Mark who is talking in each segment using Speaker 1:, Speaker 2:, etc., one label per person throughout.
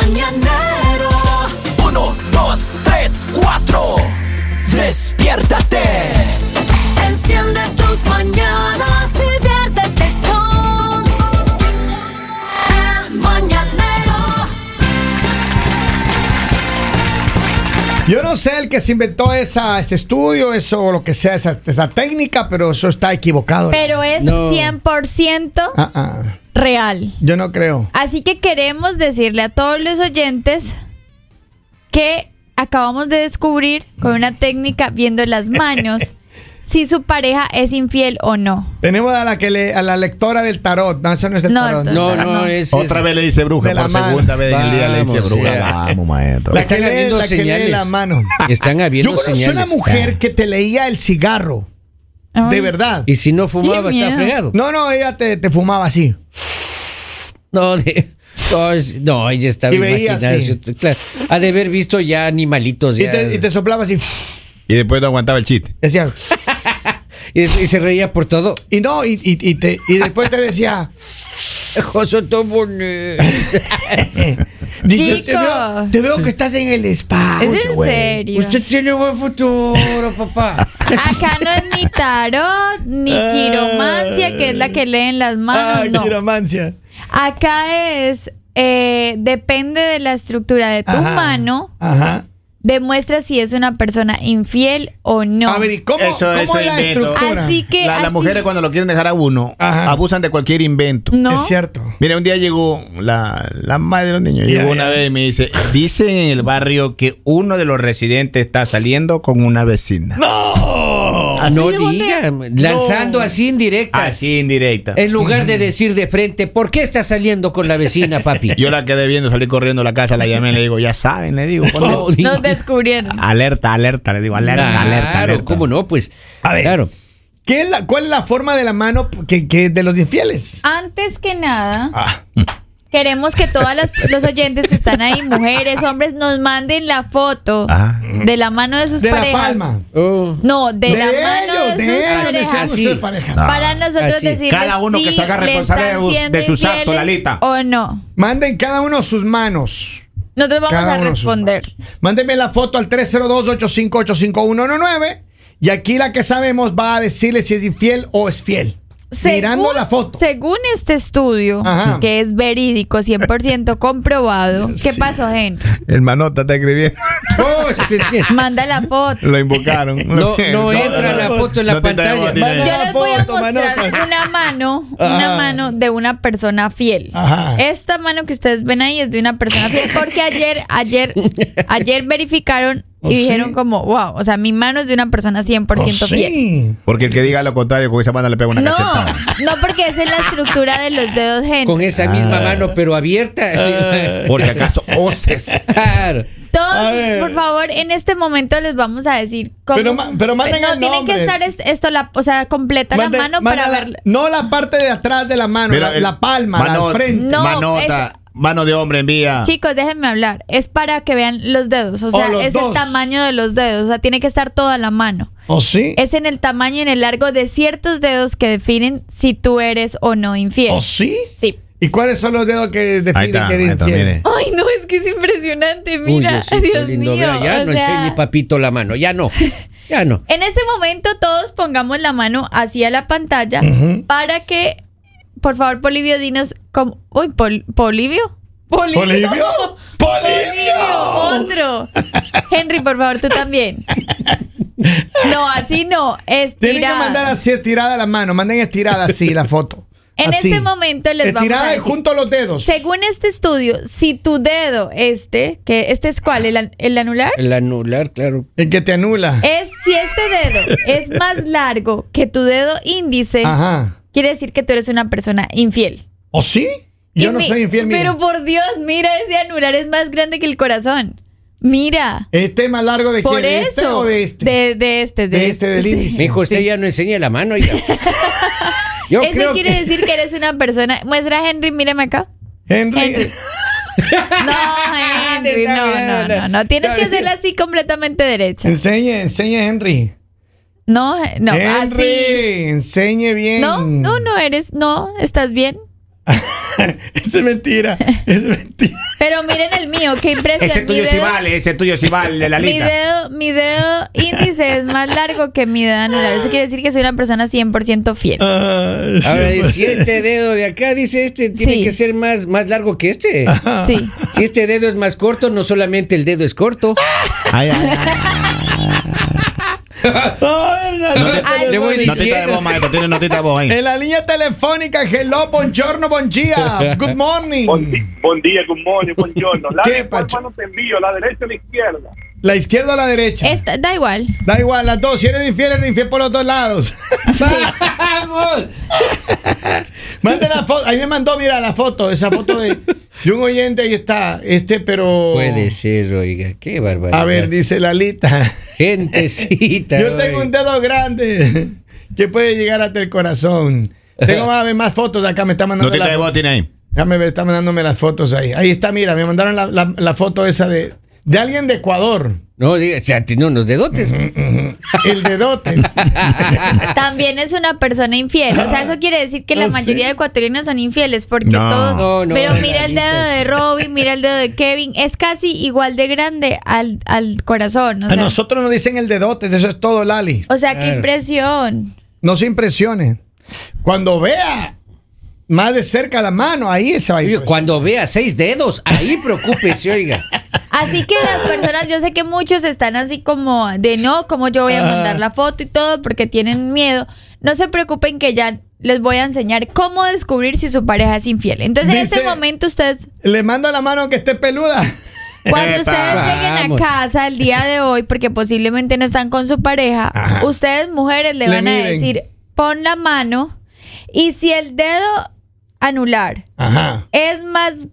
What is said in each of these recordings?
Speaker 1: mañanero. Uno, dos, tres, cuatro. Despiértate. Enciende tus mañanas y viértete con el mañanero.
Speaker 2: Yo no sé el que se inventó esa, ese estudio, eso, lo que sea, esa, esa técnica, pero eso está equivocado.
Speaker 3: Pero es
Speaker 4: No.
Speaker 3: 100%
Speaker 2: Ah, ah,
Speaker 3: real.
Speaker 2: yo no creo.
Speaker 3: Así que queremos decirle a todos los oyentes que acabamos de descubrir con una técnica viendo las manos si su pareja es infiel o no.
Speaker 2: Tenemos a la que le- a la lectora del tarot. No, eso no es el
Speaker 3: No,
Speaker 2: tarot.
Speaker 3: entonces-
Speaker 4: No, no, es.
Speaker 5: Otra
Speaker 4: es-
Speaker 5: vez le dice bruja,
Speaker 2: De la
Speaker 5: por
Speaker 2: mano.
Speaker 5: segunda vez en el día le dice
Speaker 4: Vamos,
Speaker 5: bruja.
Speaker 4: ya.
Speaker 5: Vamos, maestro.
Speaker 2: La
Speaker 4: Están
Speaker 2: que lee-
Speaker 4: habiendo
Speaker 2: la que lee
Speaker 4: señales.
Speaker 2: la mano.
Speaker 4: Están habiendo
Speaker 2: Yo conocí
Speaker 4: señales.
Speaker 2: una mujer que te leía el cigarro.
Speaker 3: Ay.
Speaker 2: De verdad.
Speaker 4: Ah. Y si no fumaba,
Speaker 3: Qué
Speaker 4: está
Speaker 3: miedo.
Speaker 4: fregado.
Speaker 2: No, no, ella te, te fumaba así.
Speaker 4: No, de- no, es- no, ella estaba
Speaker 2: Y veía
Speaker 4: imaginando.
Speaker 2: así.
Speaker 4: su- claro, ha de haber visto ya animalitos.
Speaker 2: Y
Speaker 4: ya.
Speaker 2: te, y te soplaba así.
Speaker 5: Y después no aguantaba el chiste.
Speaker 2: Decía.
Speaker 4: Y des- y se reía por todo.
Speaker 2: Y no, y, y- y te, y después te decía.
Speaker 4: José Tomone.
Speaker 2: dice, te, veo,
Speaker 3: Chicos.
Speaker 2: te veo que estás en el spa.
Speaker 3: Es en serio.
Speaker 4: Usted tiene buen futuro, papá.
Speaker 3: Acá no es ni tarot, ni quiromancia, que es la que leen las manos.
Speaker 2: Ah,
Speaker 3: no.
Speaker 2: quiromancia.
Speaker 3: Acá es, eh, depende de la estructura de tu
Speaker 2: Ajá,
Speaker 3: mano,
Speaker 2: Ajá.
Speaker 3: demuestra si es una persona infiel o no.
Speaker 2: A ver, ¿y cómo,
Speaker 5: Eso-
Speaker 2: cómo
Speaker 5: eso
Speaker 2: es la
Speaker 5: invento.
Speaker 2: estructura?
Speaker 3: Así que
Speaker 5: La- las
Speaker 3: así-
Speaker 5: mujeres cuando lo quieren dejar a uno,
Speaker 2: Ajá.
Speaker 5: abusan de cualquier invento.
Speaker 3: no.
Speaker 2: Es cierto.
Speaker 5: Mira, un día llegó la, la madre de los niños.
Speaker 2: Ya,
Speaker 5: Llegó una
Speaker 2: ya.
Speaker 5: vez y me dice: Dicen en el barrio que uno de los residentes está saliendo con una vecina. Ah,
Speaker 2: ¡No!
Speaker 4: no diga, lanzando así en directa.
Speaker 5: Así indirecta.
Speaker 4: En lugar de decir de frente, ¿por qué estás saliendo con la vecina, papi?
Speaker 5: Yo la quedé viendo, salí corriendo a la casa, la llamé, le digo: Ya saben, le digo. ponle-
Speaker 4: No, diga.
Speaker 3: Nos descubrieron.
Speaker 5: Alerta, alerta, le digo, alerta,
Speaker 4: Oh. Claro,
Speaker 5: alerta, alerta.
Speaker 4: ¿cómo no? Pues,
Speaker 2: A ver.
Speaker 4: claro.
Speaker 2: ¿Qué es la, ¿Cuál es la forma de la mano que, que de los infieles?
Speaker 3: Antes que nada,
Speaker 2: Ah.
Speaker 3: queremos que todos los oyentes que están ahí, mujeres, hombres, nos manden la foto
Speaker 5: Ah.
Speaker 3: de la mano de sus
Speaker 2: De la
Speaker 3: parejas.
Speaker 2: palma.
Speaker 4: Oh.
Speaker 3: No, de, la mano
Speaker 2: ellos,
Speaker 3: de sus
Speaker 2: ellos,
Speaker 3: parejas.
Speaker 2: hacemos
Speaker 4: Así.
Speaker 2: sus parejas.
Speaker 3: Para nosotros
Speaker 4: Así.
Speaker 3: decirles
Speaker 5: Ah, Cada uno que
Speaker 3: si
Speaker 5: se haga
Speaker 3: le
Speaker 5: responsable
Speaker 3: están
Speaker 5: de sus-
Speaker 3: siendo
Speaker 5: de sus actos,
Speaker 3: infieles
Speaker 5: Lalita.
Speaker 3: O no.
Speaker 2: Manden cada uno sus manos.
Speaker 3: Nosotros vamos
Speaker 2: Cada
Speaker 3: a
Speaker 2: uno sus
Speaker 3: responder.
Speaker 2: manos. Mándenme la foto al 302-858-5119 y aquí la que sabemos va a decirle si es infiel o es fiel. mirando la foto.
Speaker 3: Según este estudio,
Speaker 2: Ajá.
Speaker 3: que es verídico, 100% comprobado. ¿Qué
Speaker 2: Sí.
Speaker 3: pasó, Henry?
Speaker 5: El manota está escribiendo.
Speaker 4: Oh, se- se-
Speaker 3: Manda la foto.
Speaker 5: Lo invocaron.
Speaker 4: No, no entra la foto en la
Speaker 5: No te
Speaker 4: pantalla.
Speaker 5: tenemos
Speaker 2: Manda
Speaker 3: Yo
Speaker 5: dinero.
Speaker 2: la
Speaker 3: les voy a
Speaker 2: foto,
Speaker 3: mostrar
Speaker 2: Manota.
Speaker 3: una mano, una mano de una persona fiel.
Speaker 2: Ajá.
Speaker 3: Esta mano que ustedes ven ahí es de una persona fiel porque ayer, ayer, ayer verificaron y
Speaker 2: Oh, sí. Oh,
Speaker 3: dijeron como, wow, o sea, mi mano es de una persona
Speaker 5: Oh,
Speaker 3: 100% fiel.
Speaker 2: Sí.
Speaker 5: Porque el que diga lo contrario, con esa mano le pega una
Speaker 3: No,
Speaker 5: cachetada.
Speaker 3: no porque esa es la estructura de los dedos, Henry.
Speaker 2: e-
Speaker 4: con esa misma mano, pero abierta.
Speaker 5: Porque acaso oces.
Speaker 4: Claro.
Speaker 2: A
Speaker 3: Todos,
Speaker 2: ver.
Speaker 3: por favor, en este momento les vamos a decir cómo.
Speaker 2: Pero ma- pero manden
Speaker 3: no
Speaker 2: el
Speaker 3: tienen que
Speaker 2: nombre.
Speaker 3: estar es- esto la, o sea, completa
Speaker 2: Manden-
Speaker 3: la mano
Speaker 2: manda
Speaker 3: para
Speaker 2: la-
Speaker 3: ver.
Speaker 2: No la parte de atrás de la mano,
Speaker 5: Mira,
Speaker 2: la,
Speaker 5: el-
Speaker 2: la palma,
Speaker 5: mano-
Speaker 2: la frente.
Speaker 3: No,
Speaker 5: manota,
Speaker 3: es-
Speaker 5: mano de hombre
Speaker 4: Ah.
Speaker 5: envía.
Speaker 3: Chicos, déjenme hablar. Es para que vean los dedos, o sea,
Speaker 2: los
Speaker 3: es el
Speaker 2: dos.
Speaker 3: tamaño de los dedos, o sea, tiene que estar toda la mano.
Speaker 2: ¿O sí?
Speaker 3: Es en el tamaño y en el largo de ciertos dedos que definen si tú eres o no infiel.
Speaker 2: ¿O sí?
Speaker 3: Sí.
Speaker 2: ¿Y cuáles son los dedos que
Speaker 5: Ahí
Speaker 2: definen
Speaker 5: está,
Speaker 2: que
Speaker 5: ahí
Speaker 2: eres
Speaker 5: está,
Speaker 2: infiel?
Speaker 5: mire.
Speaker 3: Ay, no, es que es impresionante,
Speaker 4: Uy,
Speaker 3: mira.
Speaker 4: Diosito
Speaker 3: Dios
Speaker 4: lindo,
Speaker 3: mío.
Speaker 4: vea, ya
Speaker 3: o
Speaker 4: no
Speaker 3: sea-
Speaker 4: enseñe papito la mano, ya no, ya no.
Speaker 3: En este momento todos pongamos la mano hacia la pantalla para que, por favor, Polivio, dinos cómo... Uy, Pol- ¿Polivio? ¿Polivio?
Speaker 2: ¡Polibio! ¡Polibio!
Speaker 3: Otro. Henry, por favor, tú también. No, así no.
Speaker 2: Tienen que
Speaker 3: Estirada.
Speaker 2: mandar así estirada la mano, manden estirada así la foto.
Speaker 3: En
Speaker 2: Así.
Speaker 3: este momento les vamos
Speaker 2: estirada
Speaker 3: a
Speaker 2: y
Speaker 3: decir.
Speaker 2: junto los dedos.
Speaker 3: Según este estudio, si tu dedo este, que este es cuál, el, an- el anular,
Speaker 4: El anular, claro.
Speaker 2: El que te anula.
Speaker 3: es si este dedo es más largo que tu dedo índice,
Speaker 2: Ajá.
Speaker 3: quiere decir que tú eres una persona infiel.
Speaker 2: ¿O sí? Yo
Speaker 3: Y
Speaker 2: no
Speaker 3: mi-
Speaker 2: soy infiel, mira.
Speaker 3: Pero por Dios, mira, ese anular es más grande que el corazón. Mira.
Speaker 2: ¿Este es más largo de
Speaker 3: Por
Speaker 2: quién? ¿De
Speaker 3: eso.
Speaker 2: este o de este?
Speaker 3: De, de este, de,
Speaker 2: De este, del
Speaker 3: sí.
Speaker 2: índice.
Speaker 4: Me dijo, usted ya no enseña la mano. oiga. Yo
Speaker 3: Eso
Speaker 4: creo
Speaker 3: quiere
Speaker 4: que
Speaker 3: decir que eres una persona. Muestra, Henry, mírame acá.
Speaker 2: Henry. eh,
Speaker 3: Henry. No, Henry, no, no, no, no. Tienes que hacerla así completamente derecha.
Speaker 2: Enseñe, enseñe a Henry.
Speaker 3: No, no,
Speaker 2: Henry,
Speaker 3: así.
Speaker 2: enseñe bien.
Speaker 3: No, no, no eres, no, estás bien.
Speaker 2: Esa es mentira. Es mentira.
Speaker 3: Pero miren el mío, qué impresión.
Speaker 5: Ese
Speaker 3: mi
Speaker 5: tuyo sí
Speaker 3: dedo-
Speaker 5: vale, ese tuyo sí vale, el de la
Speaker 3: Mi
Speaker 5: lista.
Speaker 3: dedo, mi dedo índice es más largo que mi dedo anular. Eso quiere decir que soy una persona 100% fiel.
Speaker 2: Ah, sí.
Speaker 4: Ahora, si este dedo de acá dice este, tiene
Speaker 3: Sí.
Speaker 4: que ser más, más largo que este.
Speaker 3: Sí.
Speaker 4: Si este dedo es más corto, no solamente el dedo es corto.
Speaker 5: Ay, ay, ay.
Speaker 2: Ah, en, la,
Speaker 3: Ay,
Speaker 4: le voy
Speaker 5: Notita de
Speaker 4: diciendo.
Speaker 5: voz, maestro, tiene notita de voz ahí.
Speaker 2: en la línea telefónica, hello, buongiorno, buen día. Good morning.
Speaker 6: Buen, di- buen día, good morning, buen giorno. La
Speaker 2: ¿Qué,
Speaker 6: de cuál
Speaker 2: Pacho?
Speaker 6: mano te envío, la derecha o la izquierda.
Speaker 2: La izquierda o la derecha.
Speaker 3: Esta, da igual.
Speaker 2: Da igual, las dos. Si eres infiel, eres infiel por los dos lados.
Speaker 4: ¡Vamos!
Speaker 2: Mande la foto. Ahí me mandó, mira, la foto. Esa foto de, de un oyente. Ahí está. Este, pero.
Speaker 4: Puede ser, oiga, qué barbaridad.
Speaker 2: A ver, dice Lalita.
Speaker 4: Gentecita.
Speaker 2: Yo tengo un
Speaker 4: oiga.
Speaker 2: dedo grande que puede llegar hasta el corazón. Tengo más, a ver, más fotos acá. Me está mandando.
Speaker 5: Notita
Speaker 2: la
Speaker 5: de voz tiene ahí.
Speaker 2: Déjame ver, está mandándome las fotos ahí. Ahí está, mira, me mandaron la, la- la foto esa de, de alguien de Ecuador.
Speaker 4: No, diga, o sea, tiene unos dedotes.
Speaker 2: El dedote.
Speaker 3: También es una persona infiel. O sea, eso quiere decir que la
Speaker 2: Ah, Sí.
Speaker 3: mayoría de ecuatorianos son infieles porque
Speaker 5: No.
Speaker 3: todos.
Speaker 4: No, no,
Speaker 3: pero mira el
Speaker 4: Lalita,
Speaker 3: dedo de
Speaker 4: sí.
Speaker 3: Robin, mira el dedo de Kevin. Es casi igual de grande al, al corazón. O
Speaker 2: A
Speaker 3: sea,
Speaker 2: nosotros nos dicen el dedote, eso es todo, Lali.
Speaker 3: o sea, qué
Speaker 4: Claro.
Speaker 3: impresión.
Speaker 2: No se impresione. Cuando vea más de cerca la mano, ahí se va a
Speaker 4: Oye,
Speaker 2: impresionar.
Speaker 4: cuando vea seis dedos, ahí preocúpese, oiga.
Speaker 3: Así que las personas, yo sé que muchos están así como de no, como yo voy a mandar la foto y todo porque tienen miedo. No se preocupen que ya les voy a enseñar cómo descubrir si su pareja es infiel. Entonces, en este
Speaker 2: Dice-
Speaker 3: momento ustedes
Speaker 2: Le mando la mano que esté peluda.
Speaker 3: Cuando
Speaker 5: Epa.
Speaker 3: ustedes lleguen a
Speaker 4: Vamos.
Speaker 3: casa el día de hoy, porque posiblemente no están con su pareja, ustedes mujeres le,
Speaker 2: Le
Speaker 3: van a
Speaker 2: miden.
Speaker 3: decir, pon la mano y si el dedo anular
Speaker 2: Ajá.
Speaker 3: es más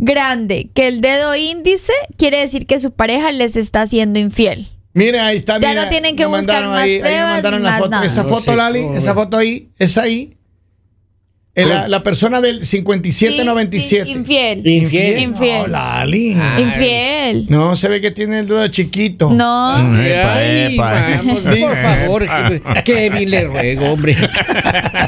Speaker 3: grande que el dedo índice, quiere decir que su pareja les está haciendo infiel.
Speaker 2: Mire, ahí está.
Speaker 3: Ya
Speaker 2: mira,
Speaker 3: no tienen que
Speaker 2: me
Speaker 3: buscar
Speaker 2: mandaron
Speaker 3: más
Speaker 2: ahí, ahí me
Speaker 3: pruebas
Speaker 2: mandaron
Speaker 3: ni
Speaker 2: la
Speaker 3: más
Speaker 2: foto.
Speaker 3: nada.
Speaker 2: Esa
Speaker 4: No
Speaker 2: foto,
Speaker 4: sé
Speaker 2: Lali,
Speaker 4: cómo,
Speaker 2: esa
Speaker 4: güey.
Speaker 2: foto ahí, es ahí. Eh, La, la persona del
Speaker 3: Sí,
Speaker 2: 5797.
Speaker 3: sí, Infiel.
Speaker 4: Infiel.
Speaker 3: Infiel.
Speaker 2: No, Lali.
Speaker 3: Infiel.
Speaker 2: No, se ve que tiene el dedo chiquito.
Speaker 3: No.
Speaker 5: Epa,
Speaker 4: Ay,
Speaker 5: epa.
Speaker 4: vamos, por
Speaker 2: Dice-
Speaker 4: favor, que- Kevin, le ruego, hombre.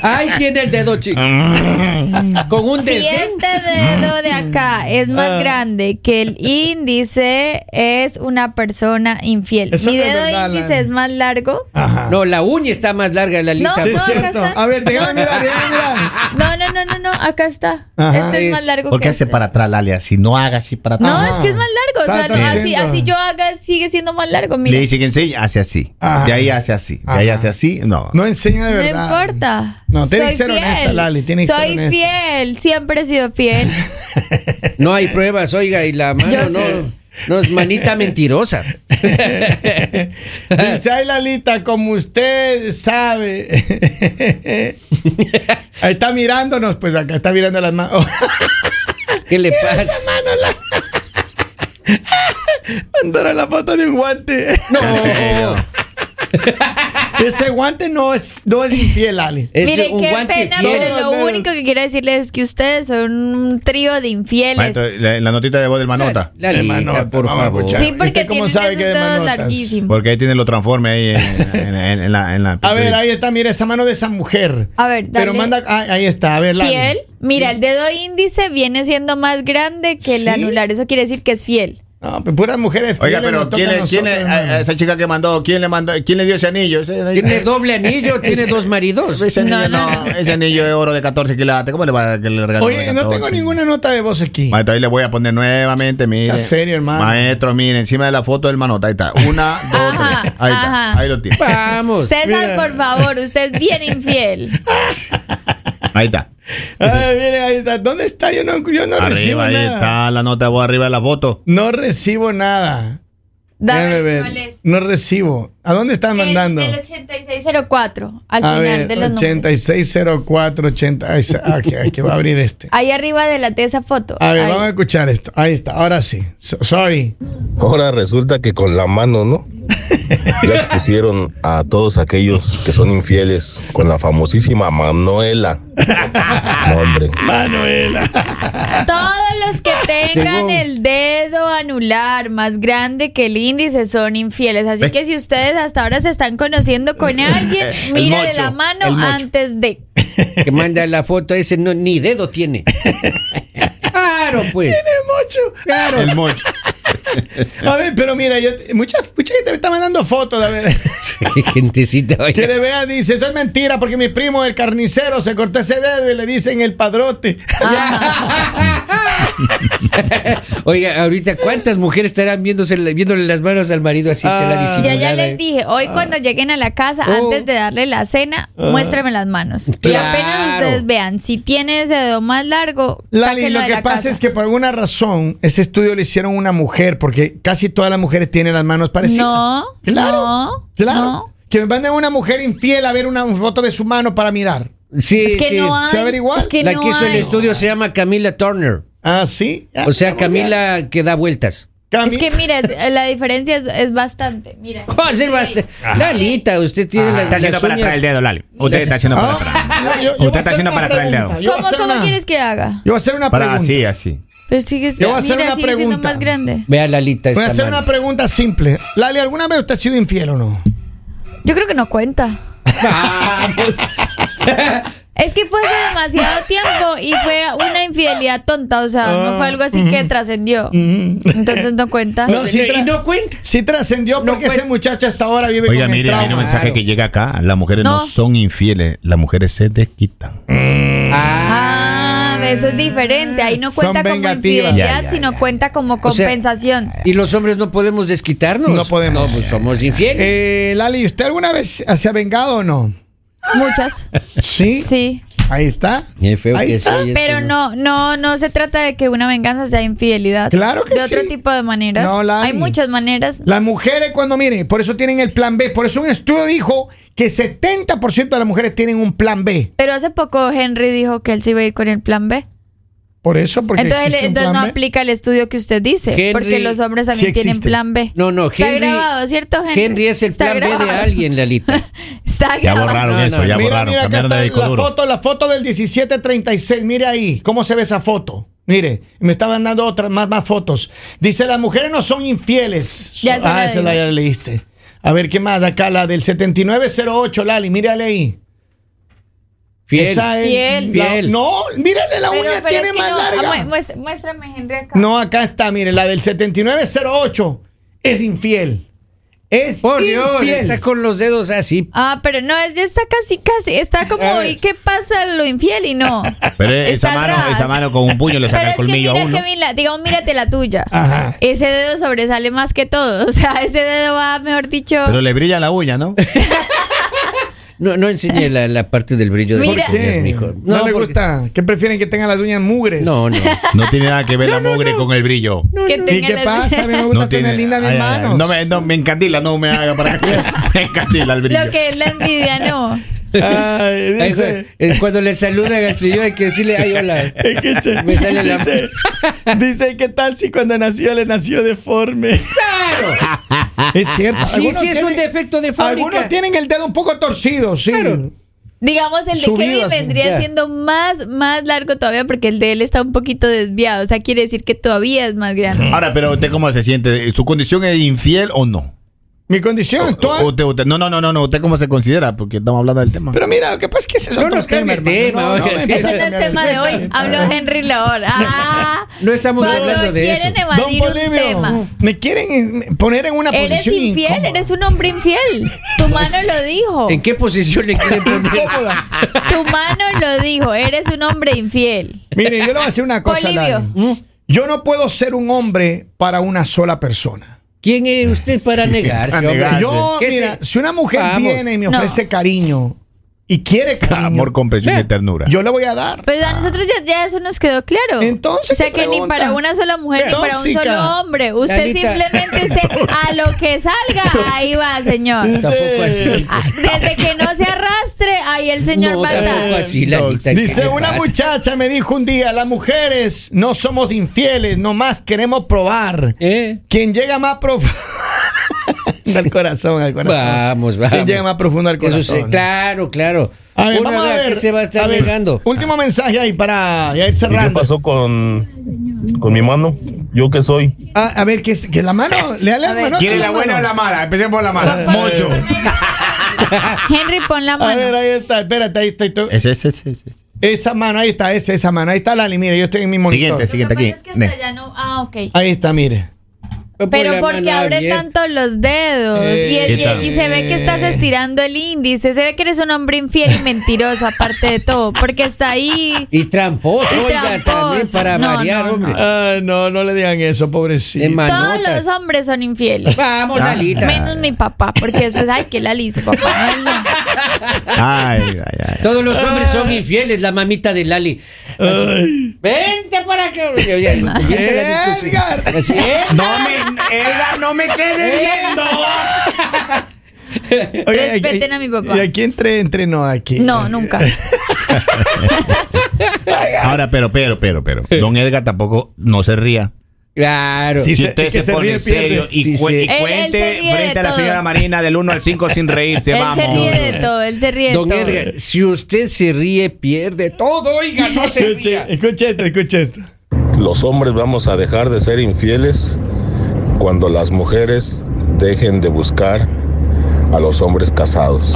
Speaker 4: Ay, tiene el dedo chico. Con un
Speaker 3: Si
Speaker 4: desdén.
Speaker 3: este dedo de acá es más
Speaker 2: Ah.
Speaker 3: grande que el índice, es una persona infiel.
Speaker 2: Eso
Speaker 3: Mi
Speaker 2: no es
Speaker 3: dedo
Speaker 2: verdad,
Speaker 3: índice
Speaker 2: Lali.
Speaker 3: es más largo.
Speaker 2: Ajá.
Speaker 4: No, la uña está más larga, la lista.
Speaker 3: No,
Speaker 2: sí, es
Speaker 3: no, acá
Speaker 2: cierto.
Speaker 3: está.
Speaker 2: A ver, déjame
Speaker 3: No,
Speaker 2: mirar,
Speaker 3: no.
Speaker 2: déjame mirar.
Speaker 3: No, no, no, no, no, acá está.
Speaker 2: Ajá.
Speaker 3: Este es más largo
Speaker 5: ¿Por qué
Speaker 3: que
Speaker 5: hace
Speaker 3: este.
Speaker 5: para atrás, Lali? Así no haga así para atrás.
Speaker 3: No,
Speaker 2: Ajá.
Speaker 3: es que es más largo. O sea,
Speaker 2: Está
Speaker 3: no, así,
Speaker 2: trayendo.
Speaker 3: así yo haga, sigue siendo más largo.
Speaker 5: Le
Speaker 3: Mira,
Speaker 5: dice que enseña, hace así.
Speaker 2: Ajá.
Speaker 5: De ahí hace así. De ahí
Speaker 2: Ajá.
Speaker 5: hace así. No.
Speaker 2: No enseña de
Speaker 3: no
Speaker 2: verdad.
Speaker 3: importa.
Speaker 2: No, tiene que
Speaker 3: Soy
Speaker 2: ser honesta,
Speaker 3: fiel.
Speaker 2: Lali, tiene que ser
Speaker 3: Soy
Speaker 2: honesta.
Speaker 3: fiel, siempre he sido fiel.
Speaker 4: No hay pruebas, oiga, y la mano
Speaker 3: Yo sé.
Speaker 4: no, no es manita mentirosa.
Speaker 2: Dice, ay, Lalita, como usted sabe. Ahí está mirándonos, pues acá está mirando las manos.
Speaker 4: ¿Qué le pasa?
Speaker 2: Mandaron la foto de un guante.
Speaker 4: No.
Speaker 2: Ese guante no es, no es infiel, Lali.
Speaker 4: Es
Speaker 3: Miren,
Speaker 4: un
Speaker 3: qué
Speaker 4: guante
Speaker 3: pena,
Speaker 4: fiel.
Speaker 3: pero
Speaker 2: Todos
Speaker 3: lo
Speaker 2: los dedos.
Speaker 3: único que quiero decirles es que ustedes son un trío de infieles.
Speaker 5: Maestro, la, la notita de voz del Manota.
Speaker 4: La lista,
Speaker 2: Manota,
Speaker 4: por
Speaker 2: vamos a
Speaker 4: favor.
Speaker 2: escuchar.
Speaker 3: Sí,
Speaker 2: ¿Usted
Speaker 3: porque
Speaker 2: cómo
Speaker 3: tienen
Speaker 2: sabe
Speaker 3: esos
Speaker 2: que de
Speaker 3: dedos
Speaker 2: manotas?
Speaker 3: larguísimos.
Speaker 5: Porque ahí tiene lo transforme ahí en, en- en- en la, en la
Speaker 2: A ver,
Speaker 5: pintura.
Speaker 2: ahí está, mira esa mano de esa mujer.
Speaker 3: A ver, dale.
Speaker 2: Pero manda, ah, ahí está, a ver, Lali.
Speaker 3: Fiel. Mira, el dedo índice viene siendo más grande que el
Speaker 2: ¿Sí?
Speaker 3: anular. Eso quiere decir que es fiel.
Speaker 2: No, pues puras mujeres fieles
Speaker 5: Oiga, pero
Speaker 2: nos
Speaker 5: ¿quién,
Speaker 2: tocan
Speaker 5: le-
Speaker 2: a
Speaker 5: quién le-
Speaker 2: nosotros,
Speaker 5: a-
Speaker 2: hermano.
Speaker 3: ah,
Speaker 5: a esa chica que mandó, ¿quién le mandó, quién le dio ese anillo? Ese,
Speaker 4: Tiene doble anillo, tiene dos maridos.
Speaker 5: ese
Speaker 3: No,
Speaker 5: anillo,
Speaker 3: no.
Speaker 5: no, ese anillo de oro de 14 quilates. ¿Cómo le va a que le regalen
Speaker 2: Oye,
Speaker 5: de
Speaker 2: no
Speaker 5: 14?
Speaker 2: tengo ninguna nota de voz aquí.
Speaker 5: Maestro, ahí le voy a poner nuevamente, mire.
Speaker 2: Sea serio, hermano.
Speaker 5: Maestro, mire, encima de la foto del manota, ahí está. Una, dos,
Speaker 3: Ajá,
Speaker 5: tres. Ahí
Speaker 3: ajá.
Speaker 5: está, ahí lo tiene.
Speaker 4: Vamos.
Speaker 3: César,
Speaker 2: Mira.
Speaker 3: por favor, usted es bien infiel.
Speaker 5: Ahí está.
Speaker 2: Ay, mire, ahí está. ¿Dónde está? Yo no, yo no recibo
Speaker 5: Arriba, ahí
Speaker 2: nada.
Speaker 5: está la nota de voz, arriba de la foto.
Speaker 2: No recibo nada. Déjame
Speaker 3: Dame
Speaker 2: ver.
Speaker 3: cuál es.
Speaker 2: No recibo. ¿A dónde están mandando?
Speaker 3: El, del 8604, al
Speaker 2: a
Speaker 3: final
Speaker 2: ver,
Speaker 3: de los números.
Speaker 2: 8604, 86. Ah, ok, aquí va a abrir este.
Speaker 3: Ahí arriba de, la, de esa foto.
Speaker 2: A ver,
Speaker 3: Ahí.
Speaker 2: vamos a escuchar esto. Ahí está, ahora sí. So- sorry.
Speaker 7: Ahora resulta que con la mano, ¿no? Ya expusieron a todos aquellos que son infieles con la famosísima Manuela. No, hombre.
Speaker 3: Todos los que tengan
Speaker 4: Según-
Speaker 3: el dedo anular más grande que el índice son infieles. Así que si ustedes hasta ahora se están conociendo con alguien,
Speaker 5: El
Speaker 3: mírale
Speaker 5: mocho,
Speaker 3: la
Speaker 5: el
Speaker 3: mano
Speaker 5: mocho.
Speaker 3: antes de.
Speaker 4: Que manda la foto ese, no, ni dedo tiene. Claro, pues.
Speaker 5: Claro. El mocho.
Speaker 2: A ver, pero mira, yo, mucha, mucha gente me está mandando fotos. A ver,
Speaker 4: Qué gentecita, oiga.
Speaker 2: que le vean, dice: Esto es mentira porque mi primo, el carnicero, se cortó ese dedo y le dicen el padrote.
Speaker 4: Oiga, ahorita, ¿cuántas mujeres estarán viéndose, viéndole las manos al marido así? que
Speaker 2: Ah.
Speaker 3: Yo
Speaker 4: la
Speaker 3: ya
Speaker 4: disimulada, eh?
Speaker 3: les dije, hoy cuando lleguen a la casa,
Speaker 4: Oh.
Speaker 3: antes de darle la cena, muéstrame las manos.
Speaker 4: Claro.
Speaker 3: Y apenas ustedes vean, si tiene ese dedo más largo,
Speaker 2: Lali,
Speaker 3: sáquenlo
Speaker 2: lo
Speaker 3: de
Speaker 2: que
Speaker 3: la
Speaker 2: pasa
Speaker 3: casa.
Speaker 2: es que por alguna razón ese estudio lo hicieron una mujer, porque casi todas las mujeres tienen las manos parecidas.
Speaker 3: No,
Speaker 2: claro.
Speaker 3: no,
Speaker 2: claro.
Speaker 3: no.
Speaker 2: Que me manden una mujer infiel a ver una foto de su mano para mirar.
Speaker 4: Sí,
Speaker 3: Es que
Speaker 4: sí.
Speaker 3: no hay.
Speaker 2: Se averigua.
Speaker 3: Es que
Speaker 4: la
Speaker 3: no
Speaker 4: que hizo el
Speaker 3: hay.
Speaker 4: estudio se llama Camila Turner.
Speaker 2: Ah, sí. Ah,
Speaker 4: O sea,
Speaker 2: muy bien.
Speaker 4: Camila que da vueltas.
Speaker 2: Cami-
Speaker 3: Es que mira, es- la diferencia es, es bastante. Mira.
Speaker 4: José Bast- Lalita, usted tiene las,
Speaker 5: está haciendo
Speaker 4: las
Speaker 5: para atrás
Speaker 4: uñas.
Speaker 5: el dedo, Lali. Usted
Speaker 4: Las-
Speaker 5: está haciendo para atrás.
Speaker 2: Ah, yo- yo- yo
Speaker 5: Usted
Speaker 2: voy a
Speaker 5: está
Speaker 2: hacer
Speaker 5: haciendo
Speaker 2: una
Speaker 5: para atrás el dedo.
Speaker 2: pregunta. Yo voy a
Speaker 3: ¿Cómo,
Speaker 2: hacer
Speaker 3: cómo
Speaker 2: una-
Speaker 3: quieres que haga?
Speaker 2: Yo voy a hacer una
Speaker 5: Para
Speaker 2: pregunta.
Speaker 5: así, así.
Speaker 3: Pues sigue,
Speaker 2: Yo voy a hacer
Speaker 3: mira,
Speaker 2: una
Speaker 3: sigue siendo
Speaker 2: pregunta.
Speaker 3: más grande.
Speaker 4: Vea, Lalita,
Speaker 2: Voy a
Speaker 4: está
Speaker 2: hacer
Speaker 4: mal.
Speaker 2: una pregunta simple. Lali, ¿alguna vez usted ha sido infiel o no?
Speaker 3: Yo creo que no cuenta.
Speaker 4: Vamos.
Speaker 3: Es que fue hace demasiado tiempo y fue una infidelidad tonta, o sea, no fue algo así que trascendió. Entonces no cuenta.
Speaker 2: Ah, Mm-hmm. No, sí tra-
Speaker 4: y no cuenta.
Speaker 2: Sí trascendió
Speaker 4: No
Speaker 2: porque
Speaker 3: pues
Speaker 4: fue-
Speaker 2: ese muchacho hasta ahora vive
Speaker 5: Oiga,
Speaker 2: con el
Speaker 5: mire, hay un
Speaker 2: trauma.
Speaker 5: mensaje que llega acá. Las mujeres no.
Speaker 3: No.
Speaker 5: son infieles, las mujeres se desquitan.
Speaker 3: Ah, eso es diferente. Ahí no
Speaker 2: Son
Speaker 3: cuenta como
Speaker 2: vengativas.
Speaker 3: infidelidad,
Speaker 5: Ya, ya,
Speaker 3: sino
Speaker 5: ya.
Speaker 3: cuenta como
Speaker 4: O sea,
Speaker 3: compensación.
Speaker 4: ¿Y los hombres no podemos desquitarnos?
Speaker 2: No podemos.
Speaker 4: No, pues somos infieles.
Speaker 2: Eh, Lali, ¿usted alguna vez se ha vengado o no?
Speaker 3: Muchas.
Speaker 2: Sí.
Speaker 3: Sí.
Speaker 2: Ahí está.
Speaker 4: Qué feo
Speaker 2: Ahí
Speaker 4: que
Speaker 2: está.
Speaker 4: soy, este eso
Speaker 3: Pero no, no, no se trata de que una venganza sea infidelidad.
Speaker 2: Claro que
Speaker 3: De otro
Speaker 2: sí.
Speaker 3: tipo de maneras.
Speaker 2: No, Lali.
Speaker 3: Hay muchas maneras.
Speaker 2: Las mujeres cuando miren, por eso tienen el plan B. Por eso un estudio dijo que 70% de las mujeres tienen un plan B.
Speaker 3: Pero hace poco Henry dijo que él se iba a ir con el plan B.
Speaker 2: Por eso, porque
Speaker 3: Entonces,
Speaker 2: existe un
Speaker 3: entonces no
Speaker 2: plan B.
Speaker 3: aplica el estudio que usted dice,
Speaker 4: Henry,
Speaker 3: porque los hombres
Speaker 2: sí
Speaker 3: también tienen
Speaker 2: existe.
Speaker 3: plan B.
Speaker 4: No, no,
Speaker 3: Está
Speaker 4: Henry-
Speaker 3: grabado, ¿cierto, Henry?
Speaker 4: Henry es el
Speaker 3: Está
Speaker 4: plan B de
Speaker 3: grabado.
Speaker 4: alguien, Lalita.
Speaker 3: Está
Speaker 5: Ya
Speaker 3: grabado.
Speaker 5: borraron
Speaker 4: no,
Speaker 5: eso,
Speaker 4: no.
Speaker 5: ya
Speaker 2: mira,
Speaker 5: borraron.
Speaker 2: mira, acá
Speaker 5: cambiaron de
Speaker 2: está
Speaker 5: disco
Speaker 2: la
Speaker 5: duro.
Speaker 2: foto, la foto del 1736. Mire ahí, ¿cómo se ve esa foto? Mire, me estaban dando otras más, más fotos. Dice, las mujeres no son infieles.
Speaker 3: Ya se la
Speaker 2: ah, esa
Speaker 3: leí.
Speaker 2: la ya la leíste. A ver, ¿qué más? Acá la del 7908, Lali, mírale ahí.
Speaker 4: Fiel.
Speaker 2: Esa es
Speaker 3: Fiel.
Speaker 2: la-
Speaker 4: Fiel.
Speaker 2: no, mírale, la
Speaker 3: Pero-
Speaker 2: uña
Speaker 3: pero
Speaker 2: tiene
Speaker 3: es que
Speaker 2: más
Speaker 3: no.
Speaker 2: larga.
Speaker 3: Ah, muest- Muéstrame, Henry, acá.
Speaker 2: No, acá está, mire, la del 7908 es infiel. Es
Speaker 4: Por Dios,
Speaker 2: infiel.
Speaker 4: está con los dedos así.
Speaker 3: Ah, pero no, es- está casi, casi. Está como, ¿y qué pasa lo infiel y no?
Speaker 5: Pero esa
Speaker 3: Está
Speaker 5: mano,
Speaker 3: atrás.
Speaker 5: esa mano con un puño le
Speaker 3: Pero
Speaker 5: saca
Speaker 3: es
Speaker 5: el
Speaker 3: que
Speaker 5: colmillo a
Speaker 3: mira,
Speaker 5: uno.
Speaker 3: que mira, digamos, mírate la tuya.
Speaker 2: Ajá.
Speaker 3: Ese dedo sobresale más que todo. O sea, ese dedo va, mejor dicho.
Speaker 5: Pero le brilla la uña, ¿no?
Speaker 4: No, no enseñe la, la parte del brillo de
Speaker 3: Mira.
Speaker 4: las uñas,
Speaker 2: ¿Qué?
Speaker 4: mijo.
Speaker 2: No, le
Speaker 4: porque-
Speaker 2: gusta. ¿Qué prefieren que tengan las uñas mugres?
Speaker 4: No, no.
Speaker 5: No tiene nada que ver la mugre con el brillo.
Speaker 3: que
Speaker 2: ¿Y
Speaker 3: tenga
Speaker 2: qué
Speaker 3: las-
Speaker 2: pasa? A mí me gusta
Speaker 5: No
Speaker 2: tener
Speaker 5: tiene-
Speaker 2: lindas mis
Speaker 5: ay, ay, ay.
Speaker 2: manos.
Speaker 5: No me, no, me encandila, no me haga para acá. Me encandila el brillo.
Speaker 3: Lo que es la envidia, no.
Speaker 2: Ay, dice,
Speaker 4: Eso, eh, cuando le saludan al señor hay que decirle, ay, hola.
Speaker 2: Escuche.
Speaker 4: Me sale la...
Speaker 2: dice, ¿qué tal si cuando nació le nació deforme?
Speaker 4: ¡Claro!
Speaker 2: Es cierto.
Speaker 4: Sí,
Speaker 2: Algunos
Speaker 4: sí, es un
Speaker 2: tienen-
Speaker 4: defecto de
Speaker 2: Algunos
Speaker 4: fábrica.
Speaker 2: tienen el dedo un poco torcido, sí.
Speaker 3: Digamos, el de
Speaker 2: Subido
Speaker 3: Kevin
Speaker 2: así,
Speaker 3: vendría
Speaker 4: ya.
Speaker 3: siendo más, más largo todavía porque el de él está un poquito desviado. O sea, quiere decir que todavía es más grande.
Speaker 5: Ahora, pero usted cómo se siente, ¿su condición es infiel o no?
Speaker 2: Mi condición actual.
Speaker 5: Usted- usted- no, no, no, no, no, usted cómo se considera, porque estamos hablando del tema.
Speaker 2: Pero mira, lo que pasa es que ese es
Speaker 4: No
Speaker 2: otro
Speaker 4: nos cambie
Speaker 2: tema,
Speaker 4: el
Speaker 2: hermano.
Speaker 4: tema, oiga,
Speaker 2: me
Speaker 4: sí.
Speaker 2: empieza
Speaker 3: Ese
Speaker 2: a
Speaker 3: no es el
Speaker 2: cambiar
Speaker 3: tema de hoy. Habló Henry Laura. Ah,
Speaker 4: No estamos
Speaker 3: cuando
Speaker 4: hablando de
Speaker 3: quieren
Speaker 4: eso.
Speaker 2: Don
Speaker 3: evadir un
Speaker 2: Bolivio,
Speaker 3: tema.
Speaker 2: me quieren poner en una
Speaker 3: Eres
Speaker 2: posición
Speaker 3: infiel,
Speaker 2: incómoda.
Speaker 3: eres un hombre infiel. Tu mano lo dijo.
Speaker 4: ¿En qué posición le quieren poner?
Speaker 2: Incómoda.
Speaker 3: Tu mano lo dijo. Eres un hombre infiel.
Speaker 2: Mire, yo le voy a decir una cosa,
Speaker 3: Bolivio.
Speaker 2: Lali. Yo no puedo ser un hombre para una sola persona.
Speaker 4: ¿Quién es usted para negarse?
Speaker 5: para
Speaker 4: hombre?
Speaker 5: negarse.
Speaker 2: Yo,
Speaker 4: ¿Qué
Speaker 2: mira,
Speaker 4: se-
Speaker 2: si una mujer
Speaker 4: Vamos.
Speaker 2: viene y me
Speaker 3: No.
Speaker 2: ofrece cariño y quiere cariño,
Speaker 5: Amor, comprensión y
Speaker 4: Vea,
Speaker 5: ternura.
Speaker 2: yo le voy a dar.
Speaker 3: Pues a nosotros ya, ya eso nos quedó claro.
Speaker 2: Ah. Entonces,
Speaker 3: o sea
Speaker 2: ¿qué
Speaker 3: que ni
Speaker 2: pregunta?
Speaker 3: para una sola mujer ni para un
Speaker 2: Tóxica.
Speaker 3: solo hombre. Usted
Speaker 4: Lalita.
Speaker 3: simplemente usted a lo que salga, ahí va, señor.
Speaker 4: Tampoco así.
Speaker 3: Ah, Desde que no se arrastre, ahí el señor
Speaker 4: No,
Speaker 3: va a
Speaker 4: tampoco
Speaker 3: estar.
Speaker 4: así, Lalita. ¿qué
Speaker 2: Dice
Speaker 4: le
Speaker 2: una
Speaker 4: pasa?
Speaker 2: muchacha me dijo un día, las mujeres no somos infieles, nomás queremos probar.
Speaker 4: ¿Eh?
Speaker 2: Quien llega más profundo. Del corazón, al corazón.
Speaker 4: Vamos, vamos.
Speaker 2: ¿Quién llega más profundo al
Speaker 4: Eso
Speaker 2: corazón?
Speaker 4: sí, claro, claro.
Speaker 2: A ver,
Speaker 4: Una
Speaker 2: vamos a
Speaker 4: vez
Speaker 2: ver.
Speaker 4: que se va a estar
Speaker 2: a ver,
Speaker 4: llegando.
Speaker 2: Último mensaje ahí para ya ir
Speaker 7: ¿Y qué
Speaker 2: cerrando.
Speaker 7: pasó con, con mi mano? ¿Yo qué soy?
Speaker 2: Ah, a ver, ¿qué es? ¿Qué es la mano? Le dale
Speaker 3: A
Speaker 2: la
Speaker 3: ver.
Speaker 2: mano.
Speaker 5: ¿Quiere
Speaker 2: dale
Speaker 5: la buena o
Speaker 2: mano.
Speaker 5: la mala? Empecemos por la mala. Mocho.
Speaker 3: Henry, pon la
Speaker 2: A ver,
Speaker 3: mano.
Speaker 2: ahí está, espérate, ahí estoy. tú.
Speaker 5: Ese, ese, ese, ese.
Speaker 2: Esa mano, ahí está, esa, esa mano. Ahí está Lali, mire, yo estoy en mi monitor.
Speaker 5: Siguiente, siguiente aquí. Ne.
Speaker 3: Ah, ok.
Speaker 2: Ahí está, mire.
Speaker 4: Pon
Speaker 3: Pero
Speaker 4: la
Speaker 3: porque
Speaker 4: mano
Speaker 3: abre
Speaker 4: abierta.
Speaker 3: tanto los dedos y,
Speaker 2: Eh,
Speaker 3: y- y- y se ve que estás estirando el índice, se ve que eres un hombre infiel y mentiroso aparte de todo, porque está ahí.
Speaker 4: Y tramposo,
Speaker 3: Y
Speaker 4: oiga, también
Speaker 3: tramposo.
Speaker 4: para
Speaker 3: No,
Speaker 4: variar,
Speaker 3: no,
Speaker 4: hombre.
Speaker 2: Ay, Ah, no, no le digan eso, pobrecito.
Speaker 4: De
Speaker 3: Todos
Speaker 4: manotas.
Speaker 3: los hombres son infieles.
Speaker 4: Vamos,
Speaker 2: Ah.
Speaker 4: Dalita.
Speaker 3: Menos mi papá, porque después, ay, que la liso, papá. no, no.
Speaker 5: Ay, ay, ay.
Speaker 4: Todos los hombres son infieles, la mamita de Lali.
Speaker 2: Ah.
Speaker 4: Pues,
Speaker 2: Ay.
Speaker 4: Vente para acá. Ya, ya, ya, comienza la discusión.
Speaker 2: Eh, Edgar.
Speaker 4: Así es.
Speaker 5: No me, Edgar, no me quede viendo.
Speaker 2: Oye, y-
Speaker 3: Respeten
Speaker 2: y-
Speaker 3: a mi papá.
Speaker 2: Y aquí entre, entre, no, aquí.
Speaker 3: No, nunca.
Speaker 5: Ahora, pero, pero, pero, pero. Don Edgar tampoco no se ría.
Speaker 4: Claro.
Speaker 2: Sí,
Speaker 5: Si
Speaker 2: se-
Speaker 5: usted
Speaker 2: que
Speaker 5: se,
Speaker 2: se
Speaker 5: pone
Speaker 2: ríe,
Speaker 5: serio
Speaker 2: pierde.
Speaker 4: Sí,
Speaker 5: y, cue-
Speaker 4: sí.
Speaker 5: y
Speaker 3: él
Speaker 4: Él-
Speaker 3: se
Speaker 5: cuente
Speaker 3: ríe de
Speaker 5: frente a la
Speaker 3: todo.
Speaker 5: señora Marina del 1 al 5 sin reírse,
Speaker 3: él
Speaker 5: vamos.
Speaker 3: se ríe de todo, él se ríe de
Speaker 4: Don
Speaker 3: todo.
Speaker 4: Edgar, si usted se ríe, pierde todo. Oiga, no se
Speaker 2: Escuche,
Speaker 4: ría.
Speaker 2: escuche esto, escuche esto.
Speaker 7: Los hombres vamos a dejar de ser infieles cuando las mujeres dejen de buscar a los hombres casados.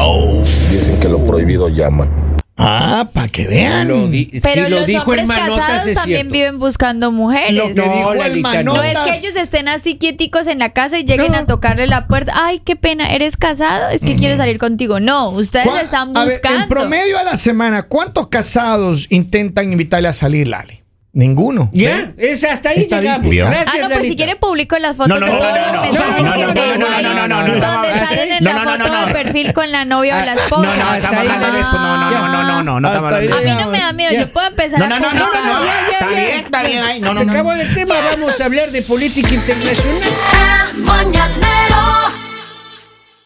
Speaker 7: Dicen que lo prohibido llama.
Speaker 2: Ah, para que vean.
Speaker 4: Lo di-
Speaker 3: Pero
Speaker 4: si lo
Speaker 3: los
Speaker 4: dijo
Speaker 3: hombres
Speaker 4: en manotas,
Speaker 3: casados
Speaker 4: es
Speaker 3: también
Speaker 4: cierto.
Speaker 3: viven buscando
Speaker 2: Lo
Speaker 3: mujeres.
Speaker 2: que dijo el
Speaker 4: Lalita,
Speaker 2: Manolo.
Speaker 3: No es que
Speaker 2: Notas.
Speaker 3: ellos estén así quieticos en la casa y lleguen
Speaker 2: No.
Speaker 3: a tocarle la puerta. Ay, qué pena, ¿eres casado? Es que quiero salir contigo. No, ustedes
Speaker 2: ¿Cuá-
Speaker 3: están
Speaker 2: a ver,
Speaker 3: buscando.
Speaker 2: en promedio a la semana, ¿cuántos casados intentan invitarle a salir, Lali? Ninguno.
Speaker 4: Ya, es hasta ahí
Speaker 2: Estadística.
Speaker 4: llegamos.
Speaker 5: ¿Vio?
Speaker 3: ah,
Speaker 4: Gracias,
Speaker 3: no, pues si
Speaker 4: Lalita.
Speaker 3: quiere publico las fotos
Speaker 5: No, no,
Speaker 3: de
Speaker 5: no,
Speaker 3: todos
Speaker 5: no,
Speaker 3: los
Speaker 5: no.
Speaker 3: mensajes
Speaker 4: No, no,
Speaker 3: que
Speaker 4: no,
Speaker 3: tengo
Speaker 4: no, no,
Speaker 3: ahí,
Speaker 4: no, no, no, no, no,
Speaker 3: donde
Speaker 5: no,
Speaker 3: salen en
Speaker 5: no,
Speaker 3: la
Speaker 5: no, no,
Speaker 3: foto
Speaker 5: no,
Speaker 3: de
Speaker 5: no.
Speaker 3: perfil con la novia o la
Speaker 5: No,
Speaker 3: esposa.
Speaker 5: no,
Speaker 4: Hasta
Speaker 5: estamos
Speaker 4: ahí
Speaker 5: hablando de eso. No, no, no, no, no, no, no
Speaker 2: Hasta
Speaker 5: estamos hablando
Speaker 2: ahí
Speaker 3: A
Speaker 5: de eso.
Speaker 3: mí no me da miedo, yo puedo empezar
Speaker 5: No,
Speaker 3: a
Speaker 5: no, no, no, no,
Speaker 3: publicar.
Speaker 5: no.
Speaker 4: Ya, ya, ya.
Speaker 5: Está bien, está bien. ay, No,
Speaker 4: Se
Speaker 5: no, no.
Speaker 4: acabó el tema, vamos a hablar de política internacional.
Speaker 1: El mañanero